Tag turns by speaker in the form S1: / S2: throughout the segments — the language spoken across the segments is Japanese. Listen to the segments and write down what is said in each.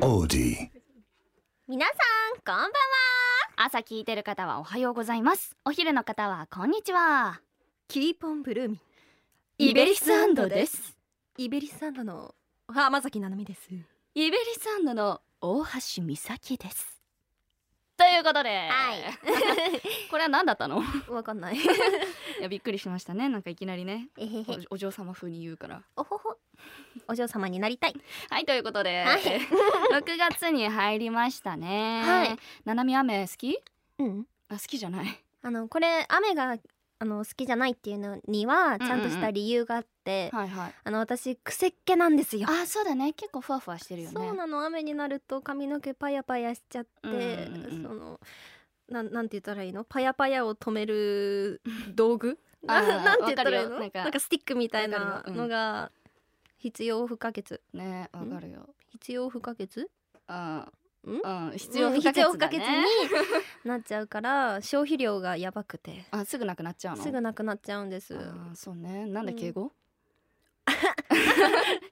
S1: オーディ
S2: 皆さんこんばんは
S3: 朝聞いてる方はおはようございますお昼の方はこんにちは
S2: キーポンブルーミ
S3: イベリスアンドです
S2: イベリスサンドの浜崎ななみです
S3: イベリスアンドの大橋美咲ですということで、
S2: は
S3: これは何だったの
S2: い わかんない
S3: いやびっくりしましたねなんかいきなりね
S2: えへへ
S3: おお嬢様風に言うから
S2: おほほお嬢様になりたい
S3: はいということで、
S2: は
S3: 6月に入りましたね
S2: はい
S3: ななみ雨好き
S2: うん
S3: あ好きじゃない
S2: あのこれ雨があの好きじゃないっていうのにはちゃんとした理由があって、
S3: はいはい
S2: あの私癖っ気なんですよ
S3: あそうだね結構ふわふわしてるよね
S2: そうなの雨になると髪の毛パヤパヤしちゃって、
S3: うんうんうん
S2: そのなんなんて言ったらいいのパヤパヤを止める道具な
S3: あー
S2: なんて言ったらいいの
S3: わかるよ
S2: な
S3: なんん
S2: か
S3: か
S2: スティックみたい
S3: わ
S2: な
S3: かるよう
S2: の
S3: ん
S2: が必要不可欠
S3: ねわかるよ
S2: 必要不可欠
S3: あ
S2: ん
S3: うん必要不可欠
S2: 必要不
S3: だ
S2: 可欠に
S3: ね
S2: なっちゃうから消費量がやばくて
S3: あすぐなくなっちゃうの
S2: すぐなくなっちゃうんです
S3: あーそうねなんだっけ
S2: うん
S3: 英語、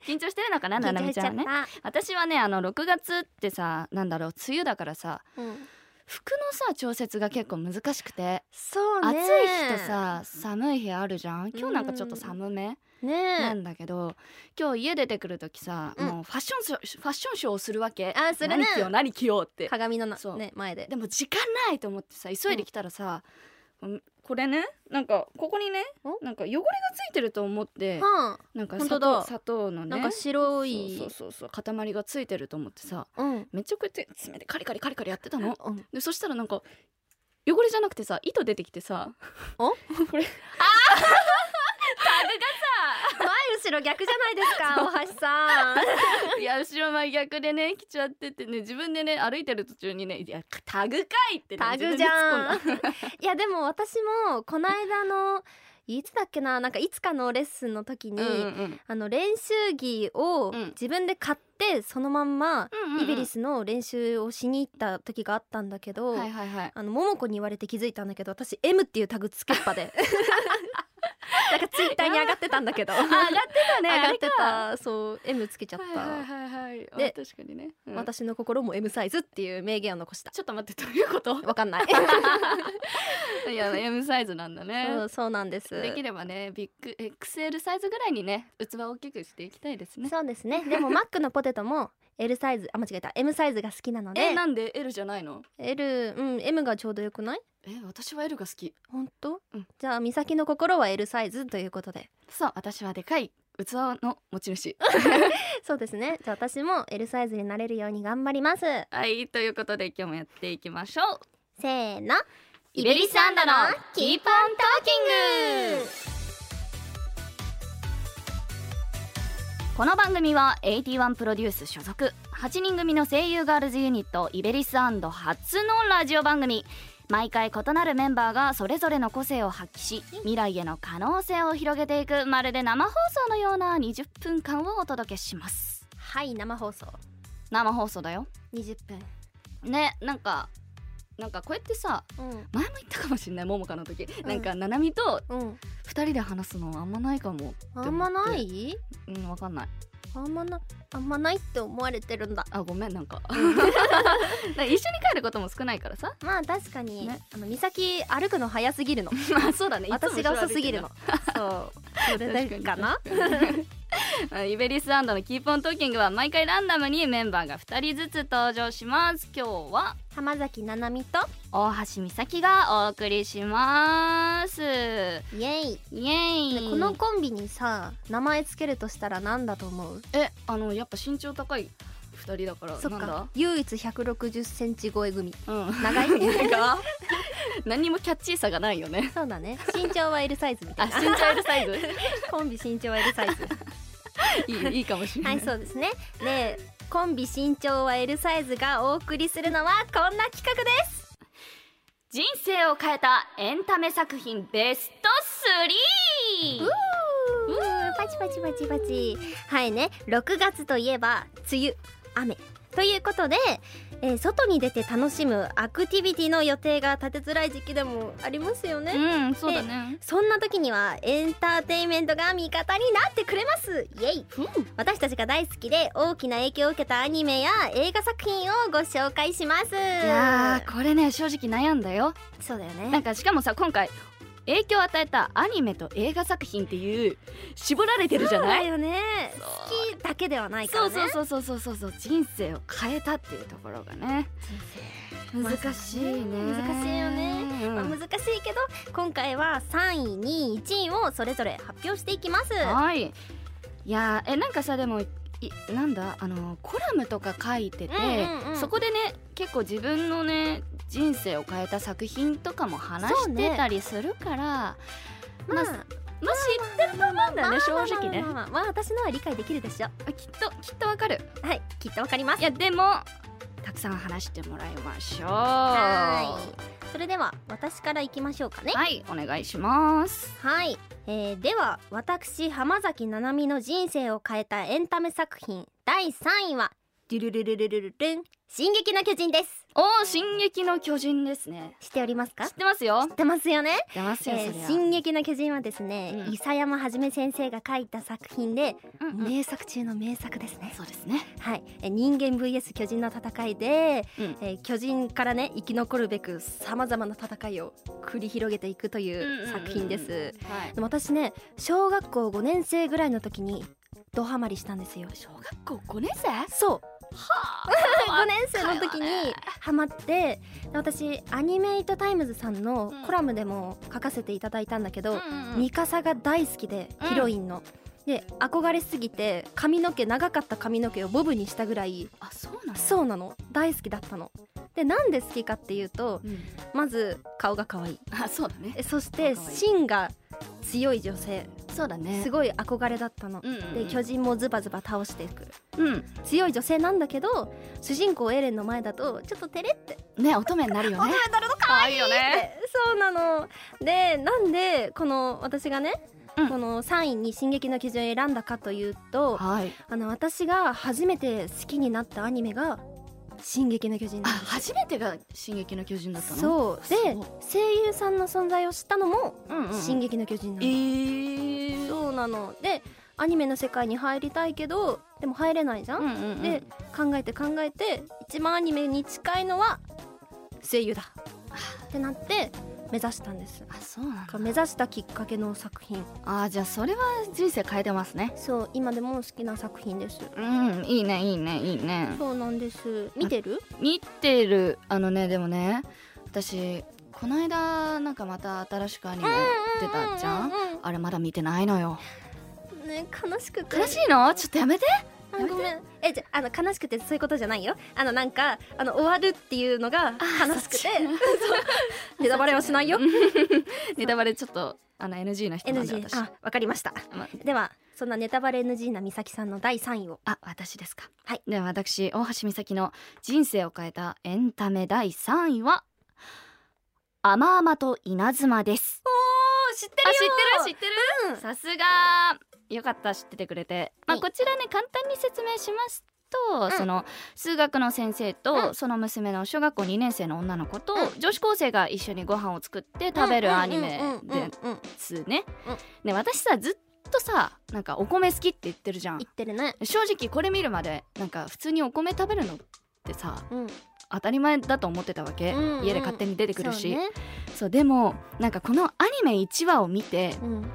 S3: 緊張してるのかな ななみちゃんはね
S2: 緊張し
S3: 私はねあの6月ってさなんだろう梅雨だからさ
S2: ちゃったうん
S3: 服のさ調節が結構難しくて
S2: そう
S3: 暑い
S2: ね
S3: 日とさ寒い日あるじゃん今日なんかちょっと寒め
S2: ね
S3: なんだけど今日家出てくる時さ、
S2: うん
S3: もうファッションショファッションショーをするわけ
S2: あするね
S3: 何着よう何着ようって
S2: 鏡のな、
S3: そう
S2: ね、前で
S3: でも時間ないと思ってさ急いで来たらさ、うんこれねなんかここにね
S2: お
S3: なんか汚れがついてると思って
S2: は
S3: なんか
S2: 本
S3: 砂
S2: 当だ
S3: 糖砂糖の
S2: あ
S3: ね
S2: なんか白い
S3: そうそうそうそう塊がついてると思ってさ
S2: うん
S3: めっちゃこうやって爪でカリカリカリカリやってたの
S2: うん
S3: でそしたらなんか汚れじゃなくてさ糸出てきてさ
S2: お
S3: これ
S2: 前後ろ逆じゃないですか大橋 さん
S3: いや後ろ真逆でね来ちゃっててね自分でね歩いてる途中にねいやタグかいって、ね、
S2: タグ
S3: 自分
S2: じ
S3: で突っ
S2: ゃん
S3: 込だ
S2: いやでも私もこの間のいつだっけななんかいつかのレッスンの時に、
S3: うんうん
S2: あの練習着を
S3: うん
S2: 自分で買ってそのまんま
S3: うんうん
S2: イベリスの練習をしに行った時があったんだけど、
S3: はいはいはい
S2: あの桃子に言われて気づいたんだけど私 M っていうタグつけっぱ でなんかツイッターに上がってたんだけど 上
S3: あ上がってたね
S2: がって
S3: あ
S2: たそう M つけちゃ
S3: れ
S2: っ
S3: か
S2: た、
S3: はいはいはいはい
S2: で
S3: あ確かにね、うん
S2: 私の心も M サイズっていう名言を残 した
S3: ちょっと待って どういうこと
S2: わかんない
S3: いや M サイズなんだね
S2: そうそうなんです
S3: できればねビッグ XL サイズぐらいにね器を大きくしていきたいですね。
S2: そうですね。でもマックのポテトも L サイズあ間違えた M サイズが好きなの
S3: え
S2: で
S3: なんで L じゃないの
S2: L うん M がちょうどよくない？
S3: え私は L が好き
S2: 本当？
S3: うん
S2: じゃあ美咲の心は L サイズということで。
S3: そう私はでかい器の持ち主
S2: そうですね。じゃあ私も L サイズになれるように頑張ります。せ
S3: はいということで今日もやっていきましょう
S2: ーの。
S3: イベリスアンドのキープオントーキングこの番組は81プロデュース所属8人組の声優ガールズユニットイベリス初のラジオ番組毎回異なるメンバーがそれぞれの個性を発揮し未来への可能性を広げていくまるで生放送のような20分間をお届けします
S2: はい生放送
S3: 生放送だよ
S2: 20分。
S3: ねなんかなんかこうやってさ
S2: う
S3: 前も言ったかもしれない桃香の時、
S2: ん
S3: なんかななみと
S2: んうん。
S3: 2人で話すのあんまないかも
S2: あんまない？
S3: うんわかんない
S2: あんまなあんまないって思われてるんだ。
S3: あごめんなん かなんか一緒に帰ることも少ないからさ
S2: まあ確かに、
S3: ね
S2: あの美咲歩くの早すぎるの。
S3: まあそう だね
S2: 私が遅すぎるの。そう。それだけかな？
S3: なイベリスアンドのキープオントーキングは毎回ランダムにメンバーが2人ずつ登場します今日は
S2: 浜崎ななみと
S3: 大橋美咲がお送りしますイ
S2: イ
S3: エ
S2: エイ
S3: ーイ
S2: このコンビにさ名前つけるとしたら何だと思う
S3: えあのやっぱ身長高い2人だから
S2: そっ
S3: なんだ
S2: か唯一1 6 0センチ超え組
S3: うん
S2: 長い
S3: 何もキャッチーさがないよ ね
S2: そうだね身長は L サイズみた
S3: あ
S2: いな
S3: 身長 L サイズ
S2: コンビ身長は L サイズ
S3: いいいいかもしれな、
S2: はいいそうですねでコンビ身長は L サイズがお送りするのはこんな企画です
S3: 人生を変えたエンタメ作品ベスト 3!
S2: うーパチパチパチパチはいね6月といえば梅雨雨ということでえー外に出て楽しむアクティビティの予定が立てづらい時期でもありますよね、
S3: うんそうだね
S2: そんな時にはエンターテインメントが味方になってくれますイエイ私たちが大好きで大きな影響を受けたアニメや映画作品をご紹介しますい
S3: いやーこれね正直悩んだよ
S2: そうだよ
S3: なん
S2: ね
S3: かしかもさ今回影響を与えたアニメと映画作品っていう絞られてるじゃ
S2: だ
S3: ない
S2: よね
S3: そう
S2: 好きだけではないから
S3: そう
S2: ね
S3: そうそうそうそうそうそう人生を変えたっていうところがね難しいね
S2: 難しいよね
S3: うん
S2: まあ難しいけど今回は3位2位1位をそれぞれ発表していきます
S3: はいいやーえなんかさでもいなんだあのコラムとか書いてて、
S2: うんうんうん
S3: そこでね結構自分のね人生を変えた作品とかも話してたりするから、まあ、まあ知ってるままだね正直ね
S2: まあまあまあまあまあ私のは理解できるでしょ
S3: あきっときっとわかる
S2: はいきっとわかります
S3: いやでもたくさん話してもらいましょう
S2: はいそれでは私からいきましょうかね
S3: はいお願いします
S2: はい、えーでは私浜崎奈々美の人生を変えたエンタメ作品第3位は「ドゥルルルルルルルン進撃の巨人」です
S3: おー進撃の巨人ですね
S2: 知っております
S3: 知
S2: か
S3: っ、てますよ知
S2: 知ってますよね
S3: ってますよ、
S2: えー
S3: そりゃ
S2: 進撃の巨人はですね、
S3: うん
S2: 伊佐山はじめ先生が書いた作品で
S3: うんうん
S2: 名作中の名作ですね、
S3: そうですね
S2: はい、えー人間 VS 巨人の戦いで、
S3: うん
S2: えー巨人からね生き残るべくさまざまな戦いを繰り広げていくという作品です、
S3: はい
S2: でも私ね小学校5年生ぐらいの時にドハマりしたんですよ
S3: 小学校五年生
S2: そう
S3: は
S2: 5年生の時にハマってで私アニメイトタイムズさんの
S3: うん
S2: コラムでも書かせていただいたんだけど、
S3: あ
S2: ミカサが大好きで
S3: うん
S2: ヒロインの、で憧れすぎて髪の毛長かった髪の毛をボブにしたぐらい
S3: あそうなんだ
S2: そうなの大好きだったのでなんで好きかっていうと
S3: うん
S2: まず顔が可愛い
S3: あそうだね
S2: えそして
S3: 可愛い
S2: 芯が強い女性
S3: そうだね
S2: すごい憧れだったの、
S3: うんうん
S2: で巨人もズバズバ倒していく
S3: うん
S2: 強い女性なんだけど主人公エレンの前だとちょっと照れって
S3: ね乙女になるよね
S2: になるのか
S3: 可愛いよね
S2: そうなのでなんでこの私がね、
S3: うん
S2: この3位に「進撃の基準」を選んだかというと
S3: はい
S2: あの私が初めて好きになったアニメが「進撃の巨人」
S3: あ
S2: なんです
S3: 初めてが進撃の巨人だったの
S2: そ
S3: う
S2: うで
S3: そう
S2: 声優さんの存在を知ったのも
S3: うん
S2: 「
S3: うん
S2: 進撃の巨人」なの、
S3: えー
S2: そうなのでアニメの世界に入りたいけどでも入れないじゃん、
S3: うんうんうん
S2: で考えて考えて一番アニメに近いのは声優だってなって目指したんです
S3: あそうなんだ
S2: 目指したきっかけの作品
S3: あじゃあそれは人生変えてますね
S2: そう今でも好きな作品です
S3: うんいいねいいねいいね
S2: そうなんです見てる
S3: 見てるあのねでもね私この間なんかまた新しくアニメ出たじゃんあれまだ見てないのよ
S2: ね悲しくて
S3: 悲しいのちょっとやめて
S2: あごめんえじゃあの悲しくてそういうことじゃないよあのなんかあの終わるっていうのが悲しく てそうネタバレはしないよ
S3: ネタバレちょっとあの NG な人なんで
S2: NG
S3: 私
S2: あわかりました
S3: ま
S2: ではそんなネタバレ NG な美咲さんの第3位を
S3: あ私ですか
S2: はい
S3: では私大橋美咲の人生を変えたエンタメ第3位は「あまあまと稲妻」です
S2: 知って
S3: あ知ってる知ってる
S2: うん
S3: さすがよかった知っててくれて、まあ、
S2: はい
S3: こちらね簡単に説明しますと、
S2: ん
S3: その数学の先生
S2: う
S3: と
S2: ん
S3: その娘の小学校2年生の女の子と
S2: う
S3: 女子高生が一緒にご飯を作って食べるアニメ
S2: う
S3: で
S2: んうんうんうん
S3: すね
S2: うん。
S3: ね私さずっとさなんかお米好きって言ってるじゃん
S2: 言。ってるね
S3: 正直これ見るまでなんか普通にお米食べるのってさ
S2: うん
S3: 当たり前だと思ってたわけ、
S2: うんうん
S3: 家で勝手に出てくるし
S2: そうね
S3: そうでもなんかこのアニメ1話を見て
S2: うん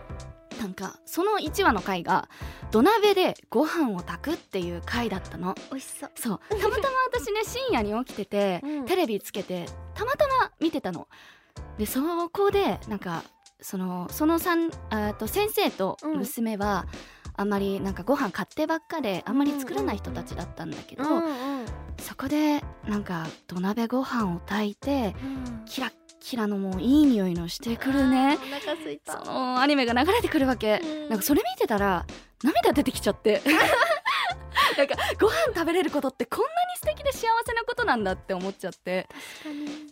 S3: なんかその1話の回が土鍋でご飯を炊くっていう回だったの
S2: 美味しそう
S3: そうたまたま私ね深夜に起きてて、
S2: うん
S3: テレビつけてたまたま見てたのでそこでなんかそのそのさんあと先生と娘は、あんまりなんかご飯買ってばっかであんまり作らない人たちだったんだけど、
S2: うんうん
S3: そこでなんか土鍋ご飯を炊いてキラッキラのもういい匂いのしてくるね
S2: お腹すい
S3: そ
S2: た
S3: のアニメが流れてくるわけ、
S2: うん
S3: なんかそれ見てたら涙出てきちゃってなんかご飯食べれることってこんなに素敵で幸せなことなんだって思っちゃって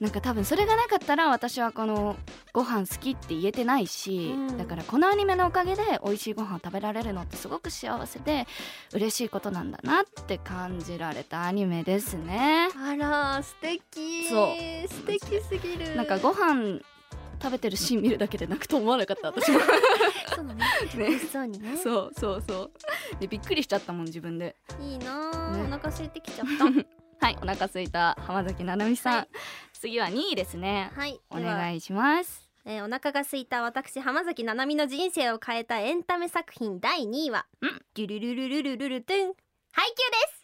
S3: なんか多分それがなかったら私はこのご飯好きって言えてないし、
S2: うん
S3: だからこのアニメのおかげで美味しいご飯を食べられるのってすごく幸せで嬉しいことなんだなって感じられたアニメですね。
S2: あら素敵
S3: そう
S2: 素敵すぎる
S3: なんかご飯食べてるシーン見るだけで泣くと思わなかった私も
S2: そうだね
S3: ね
S2: 美味しそうにね
S3: そうそうそうでびっくりしちゃったもん自分で
S2: いいなあ、
S3: ね
S2: お腹空いてきちゃった
S3: はいお腹すいた浜崎七海さん、
S2: はい
S3: 次は2位ですね
S2: はい
S3: お
S2: では
S3: 願いします
S2: えーお腹が空いた私浜崎七海の人生を変えたエンタメ作品第2位は
S3: うん
S2: 「デュルルルルルルルトゥン」「配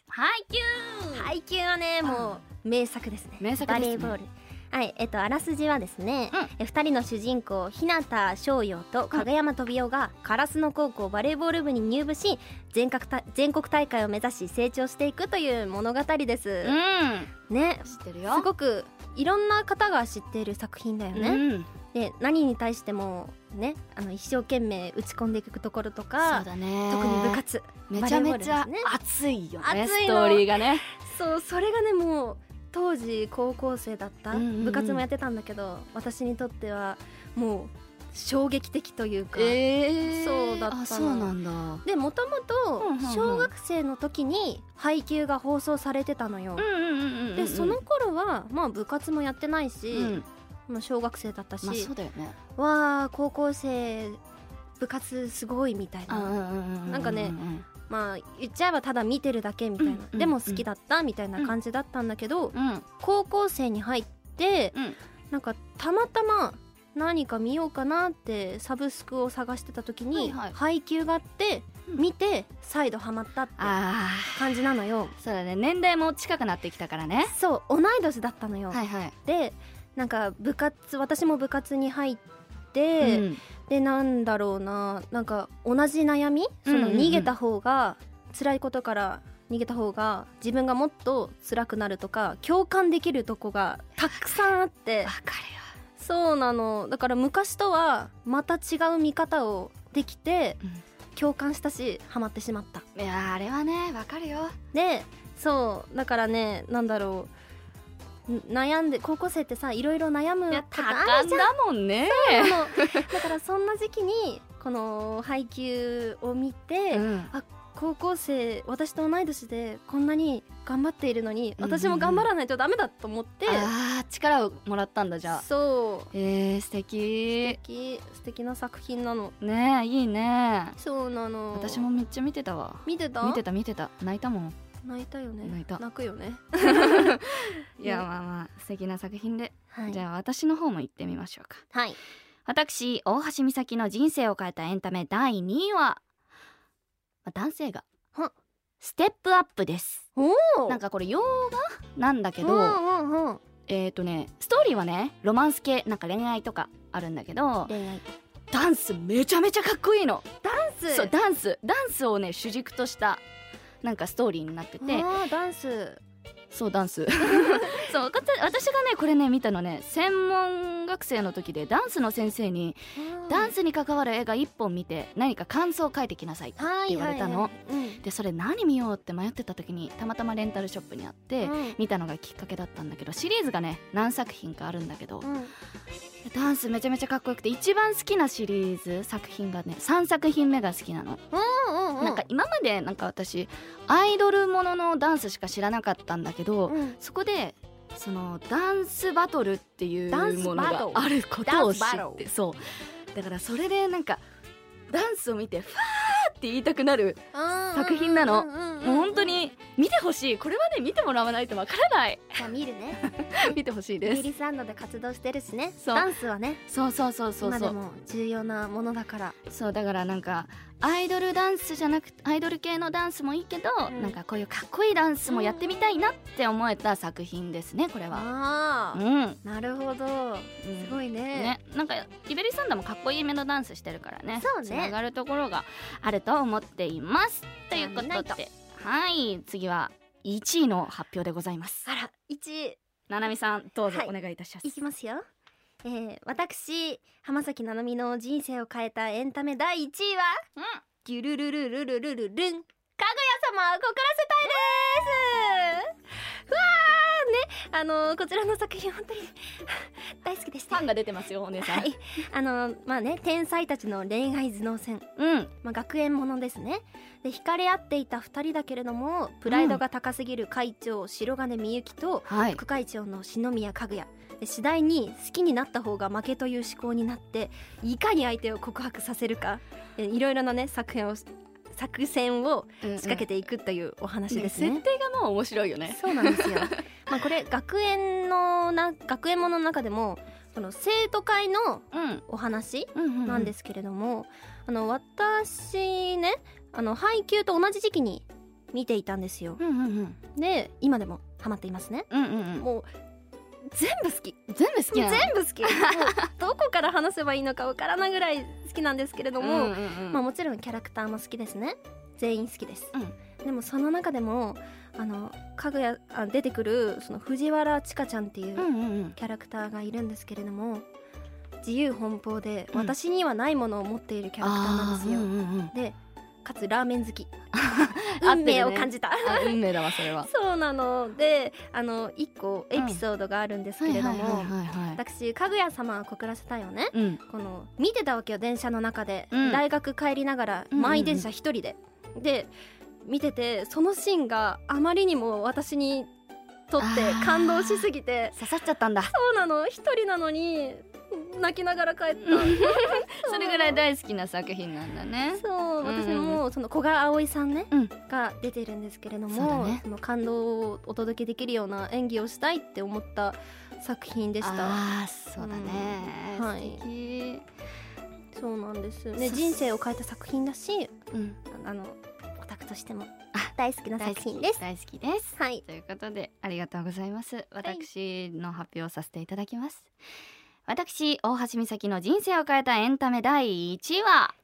S3: はいキ
S2: 球で
S3: ュ
S2: す」
S3: ー
S2: 配球はねもう名作ですね
S3: 名作です
S2: バレ
S3: ね
S2: ーボールはいえっとあらすじはですね、
S3: うん
S2: え2人の主人公日向翔陽と影山飛雄が烏野高校バレーボール部に入部し全国大全国大会を目指し成長していくという物語です、
S3: う
S2: ね
S3: ん知ってるよ
S2: すごくいろんな方が知っている作品だよね、
S3: うん、
S2: で何に対してもねあの一生懸命打ち込んでいくところと
S3: そう
S2: か、
S3: だね
S2: 特に部活
S3: めちゃめちゃ
S2: バレーボールですね
S3: 熱いよね
S2: 熱いの
S3: ストーリーがね
S2: そうそれがねもう当時高校生だった、
S3: うんうんうん
S2: 部活もやってたんだけど私にとってはもう衝撃的というか、
S3: え
S2: そうだったの
S3: あそうなんだうん
S2: でもともと
S3: うんうんうん
S2: 小学生の時に配給が放送されてたのよ、
S3: うんうんうん
S2: でその頃はまあ部活もやってないし、
S3: うん
S2: まあ小学生だったし、
S3: まあそうだよね
S2: わあ高校生部活すごいみたいな
S3: な
S2: なんかねまあ言っちゃえばただ見てるだけみたいな、
S3: うんうん
S2: でも好きだったみたいな感じだったんだけど、
S3: うん
S2: 高校生に入って、
S3: うん
S2: なんかたまたま何か見ようかなってサブスクを探してた時に
S3: はいはい
S2: 配給があって、
S3: うん
S2: 見て再度ハマったって
S3: あ
S2: 感じなのよ
S3: あ。そうだね年代も近くなってきたからね
S2: そう同い年だったのよ、
S3: はいはい
S2: でなんか部活私も部活に入って、
S3: うん
S2: でなんだろうななんか同じ悩みそ
S3: うんう
S2: の
S3: んうん
S2: 逃げた方が辛いことから逃げた方が自分がもっと辛くなるとか共感できるとこがたくさんあって
S3: わか
S2: そうなのだから昔とはまた違う見方をできて共感したしハマってしまった
S3: るよいやーあれはねわかるよ
S2: でそうだからねなんだろうん悩んで高校生ってさいろいろ悩む
S3: いや
S2: こと
S3: 多
S2: ある
S3: 感
S2: じゃん
S3: だもんね
S2: あ のだからそんな時期にこの配給を見て、
S3: うん
S2: 高校生私と同い年でこんなに頑張っているのに
S3: うんうんうん
S2: 私も頑張らないとダメだと思って、
S3: ああ力をもらったんだじゃあ
S2: そう
S3: えー、素
S2: 素
S3: 敵
S2: 敵素敵な作品なの
S3: ねえいいね
S2: そうなの
S3: 私もめっちゃ見てたわ
S2: 見てた
S3: 見てた見てた泣いたもん
S2: 泣いたよね
S3: 泣いた
S2: くよね
S3: いやまあまあ素敵な作品で、
S2: はい
S3: じゃあ私の方も行ってみましょうか
S2: はい
S3: 私大橋美咲の人生を変えたエンタメ第2位はまあ男性が
S2: は
S3: ステップアップです
S2: おお
S3: なん
S2: か
S3: かこれ洋画なんだけ
S2: う
S3: ど
S2: んうんうん
S3: えっ、とねストーリーはねロマンス系なんか恋愛とかあるんだけど
S2: 恋愛
S3: ダンスめちゃめちゃかっこいいの
S2: ダンス
S3: そうダンスダンスをね主軸としたなんかストーリーになってて
S2: あーダンス
S3: そうダンス そうかつ私がねこれね見たのね専門学生の時でダンスの先生にダン
S2: ス
S3: スに関わる映画1本見て何か感想を書いてきなさいって
S2: はい
S3: 言われたの、
S2: はいはい
S3: でそれ何見ようって迷ってた時にたまたまレンタルショップにあって、
S2: うん
S3: 見たのがきっかけだったんだけどシリーズがね何作品かあるんだけど
S2: うんうん
S3: ダンスめちゃめちゃかっこよくて一番好きなシリーズ作品がね3作品目が好きなの
S2: うんうん
S3: なんか今までなんか私アイドルもののダンスしか知らなかったんだけど、
S2: うん
S3: そこでそのダンスバトルっていう
S2: ダンス
S3: もの
S2: バ
S3: が
S2: トル
S3: あることを知っ
S2: ダンスバト
S3: てそうだからそれでなんかダンスを見て「ファー!」って言いたくなる作品なの
S2: うんうんうん
S3: もう本当に見てほしいこれはね見てもらわないとわからない
S2: じゃあ見るね
S3: 見てほしい
S2: イ
S3: で
S2: ギ
S3: す
S2: リスランドで活動してるしね
S3: そう
S2: ダンスはね
S3: そうそうそうそう
S2: 今
S3: そ
S2: で
S3: う
S2: も重要なものだから
S3: そうだからなんかアイドルダンスじゃなくアイドル系のダンスもいいけど、
S2: うん
S3: なんかこういうかっこいいダンスもやってみたいなって思えた作品ですねこれは。
S2: あ
S3: うん
S2: ー、なるほど
S3: うん
S2: すごいね,、
S3: ね、なんかイベリサンダもかっこいい目のダンスしてるからね
S2: そうね
S3: つながるところがあると思っていますというこ
S2: じゃあ
S3: と
S2: 見な
S3: ではい次は1位の発表でございます
S2: あら1
S3: ななみさんどうぞ
S2: はい
S3: お願いいたします、
S2: いきますよえー、私浜崎七海の人生を変えたエンタメ第1位は
S3: うん
S2: 「ギュルルルルルルルルンかぐや様を告らせたあのこちらの作品本当に 大好きでし
S3: フ
S2: た
S3: ァンが出てますよお姉さん、
S2: はいあのまあね天才たちの恋愛頭脳戦、
S3: うん
S2: まあ、学園ものですねで惹かれ合っていた2人だけれどもプライドが高すぎる会長、白金みゆきと
S3: はい
S2: 副会長の篠宮かぐやで次第に好きになった方が負けという思考になっていかに相手を告白させるかえいろいろなね作戦を作戦を
S3: 仕
S2: 仕掛け
S3: て
S2: ていくというお話です
S3: 設
S2: ね。
S3: 定がもう面白いよね
S2: そうなんですよ。まあこれ学園のな学園ものの中でもその生徒会の
S3: うん
S2: お話
S3: うん
S2: なんですすけれども、あの私ねあの配給と同じ時期に見ていたんですよ。
S3: うんうんうん
S2: で今でもハマっていますね。
S3: うんうん
S2: もう全部好き。
S3: うん全部好きなの
S2: 全部好き。もうどこから話せばいいのかわからないぐらい好きなんですけれども、
S3: うんうんうん
S2: まあもちろんキャラクターも好きですね全員好きです、
S3: う
S2: でもその中でもあのかぐやあ出てくるその藤原千佳ちゃんっていううん
S3: うんうん
S2: キャラクターがいるんですけれども自由奔放で私にはないものを持っているキャラクターなんですよ、
S3: あーうんうんうん
S2: でかつラーメン好き
S3: 合ってるね
S2: 運命を感じた
S3: あ運命だわそれは
S2: そうなのであの一個エピソードがあるんですけれども
S3: はいはいはい
S2: 私かぐや様を告らせたいよね
S3: うん
S2: この見てたわけよ電車の中で、
S3: うん
S2: 大学帰りながら
S3: うんうんうん
S2: 満員電車一人で、で見ててそのシーンがあまりにも私にとって
S3: あー
S2: 感動しすぎて
S3: 刺さっちゃったんだ
S2: そうなの一人なのに泣きながら帰った
S3: それぐらい大好きな作品なんだね
S2: そう私
S3: うんうん
S2: もその古賀葵さんね、
S3: うん
S2: が出てるんですけれど
S3: そうだ
S2: も、
S3: ね
S2: その感動をお届けできるような演技をしたいって思った作品でした
S3: ああそうだね、
S2: うんはい
S3: 素敵
S2: そうなんですよね
S3: さ
S2: 人生を変えた作品だし
S3: うん
S2: あのオタクとしても大好きな
S3: 大
S2: 作
S3: 好き
S2: 品です。
S3: 大好きです
S2: はい、
S3: ということでありがとうございます私の発表をさせていただきます、私大橋美咲の人生を変えたエンタメ第1位は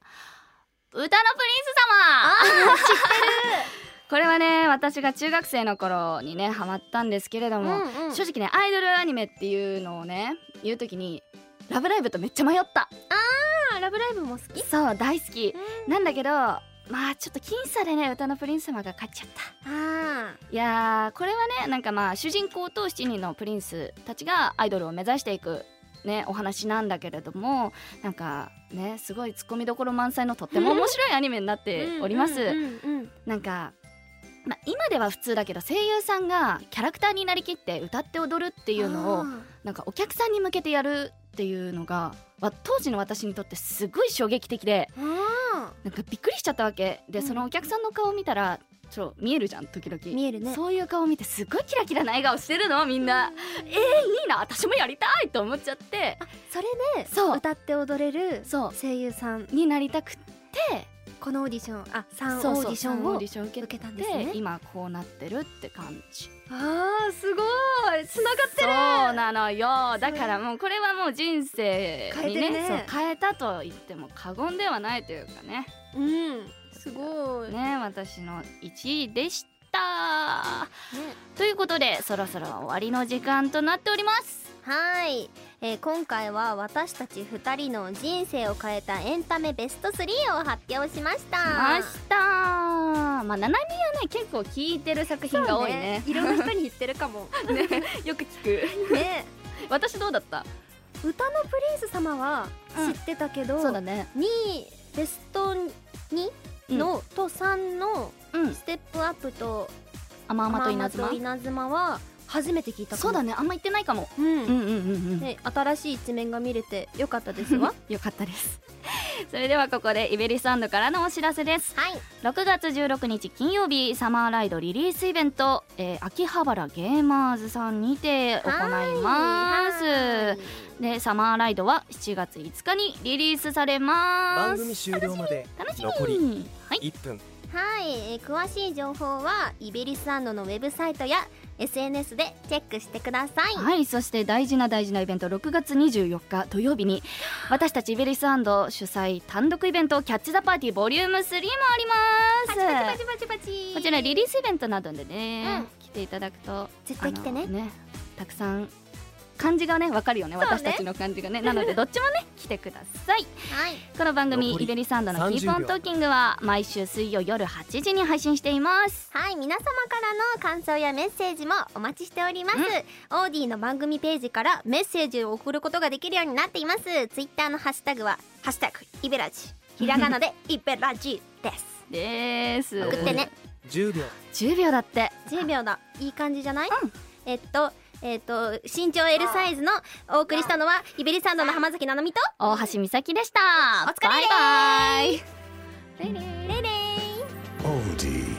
S3: 歌のプリンス様 これはね私が中学生の頃にねハマったんですけれども、
S2: うんうん
S3: 正直ねアイドルアニメっていうのをね言うときに「ラブライブ!」とめっちゃ迷った
S2: あラブライブも好き。
S3: そう大好き
S2: うん
S3: なんだけどまあちょっと僅差でね歌のプリンス様が勝っちゃった
S2: あ
S3: いやーこれはねなんかまあ主人公と7人のプリンスたちがアイドルを目指していく、ね、お話なんだけれどもなんかねすごいツッコミどころ満載のとって も面白いアニメになっ
S2: ー
S3: ております。
S2: うんうんうん
S3: なんかまあ、今では普通だけど声優さんがキャラクターになりきって歌って踊るっていうの
S2: あ
S3: を
S2: ー
S3: なんかお客さんに向けてやるっていうのが、わ当時の私にとってすごい衝撃的で
S2: あ
S3: なんかびっくりしちゃったわけで、
S2: うん
S3: そのお客さんの顔を見たらちょっと見えるじゃん時々
S2: 見えるね
S3: そういう顔を見てすっごいキラキラな笑顔してるのみんな、えー、いいな私もやりたいと思っちゃって
S2: ーそれで
S3: そう
S2: 歌って踊れる
S3: そ
S2: 声優さん
S3: うになりたくって
S2: このオーディションあ三オ
S3: そう
S2: ーデ
S3: そう
S2: ィション
S3: オー
S2: を
S3: ディションを受
S2: 受
S3: け
S2: けたん
S3: て
S2: ですね。
S3: 今こうなってるって感じ
S2: ああすごい繋がって
S3: そう
S2: る。
S3: なのよだからもうこれはもう人生にね
S2: 変えてるね
S3: そう変えたと言っても過言ではないというかね
S2: うんすごい。ね
S3: ね私の1位でしたということでそろそろ終わりの時間となっております
S2: はい、えー今回は私たち2人の人生を変えたエンタメベスト3を発表しました。
S3: ましたまあななみはね結構聞いてる作品が多い ね
S2: そういろんな人に言ってるかも
S3: よく聞 く
S2: ね
S3: 私どうだった
S2: 歌のプリンス様は知ってたけど、
S3: そうだね
S2: 2位ベスト2の、と3の
S3: うん
S2: ステップアップと
S3: あまあまと稲妻
S2: まあまと稲妻は初めて聞いたかも
S3: そうだねあんま言ってないかも
S2: うん、
S3: うんうんうんうん
S2: ね新しい一面が見れてよかったですわ
S3: よかったです それではここでイベリスアンドからのお知らせです
S2: はい
S3: 6月16日金曜日サマーライドリリースイベント、えー秋葉原ゲーマーズさんにて行いますでサマーライドは7月5日にリリースされま
S1: 番
S3: す
S1: 組終了まで
S3: 楽しみ
S1: 残り
S3: はい
S1: 1分
S2: はい、えー詳しい情報はイベリスアンドのウェブサイトや SNS でチェックしてください、
S3: はいそして大事な大事なイベント6月24日土曜日に私たちイベリス主催単独イベントキャッチ・ザ・パーティーボリューム3もあり
S2: パチパ
S3: ま
S2: チ
S3: す
S2: パチパチパチ
S3: こちらリリースイベントなどでね、
S2: うん
S3: 来ていただくと
S2: 絶対来てね
S3: あのねたくさん感じがねわかるよね
S2: そうね
S3: 私たちの感 じがねなのでどっちもね来てください
S2: はい
S3: この番組
S1: 残り
S3: イベリサンドのキー
S1: 30
S3: ポントーキングは毎週水曜夜8時に配信しています
S2: はい皆様からの感想やメッセージもお待ちしております
S3: うん
S2: オーディの番組ページからメッセージを送ることができるようになっていますツイッターのハッシュタグはハッシュタグイベラジひらが なでイベラジです
S3: です
S2: 送ってね
S1: 10秒
S3: 10秒だって
S2: 10秒だいい感じじゃない、
S3: うん
S2: えっとえっと身長 L サイズのお送りしたのはイベリサンドの浜崎ななみと
S3: 大橋美咲でした
S2: お疲れ
S3: バイバイ
S2: レイレイレイレイ
S1: OD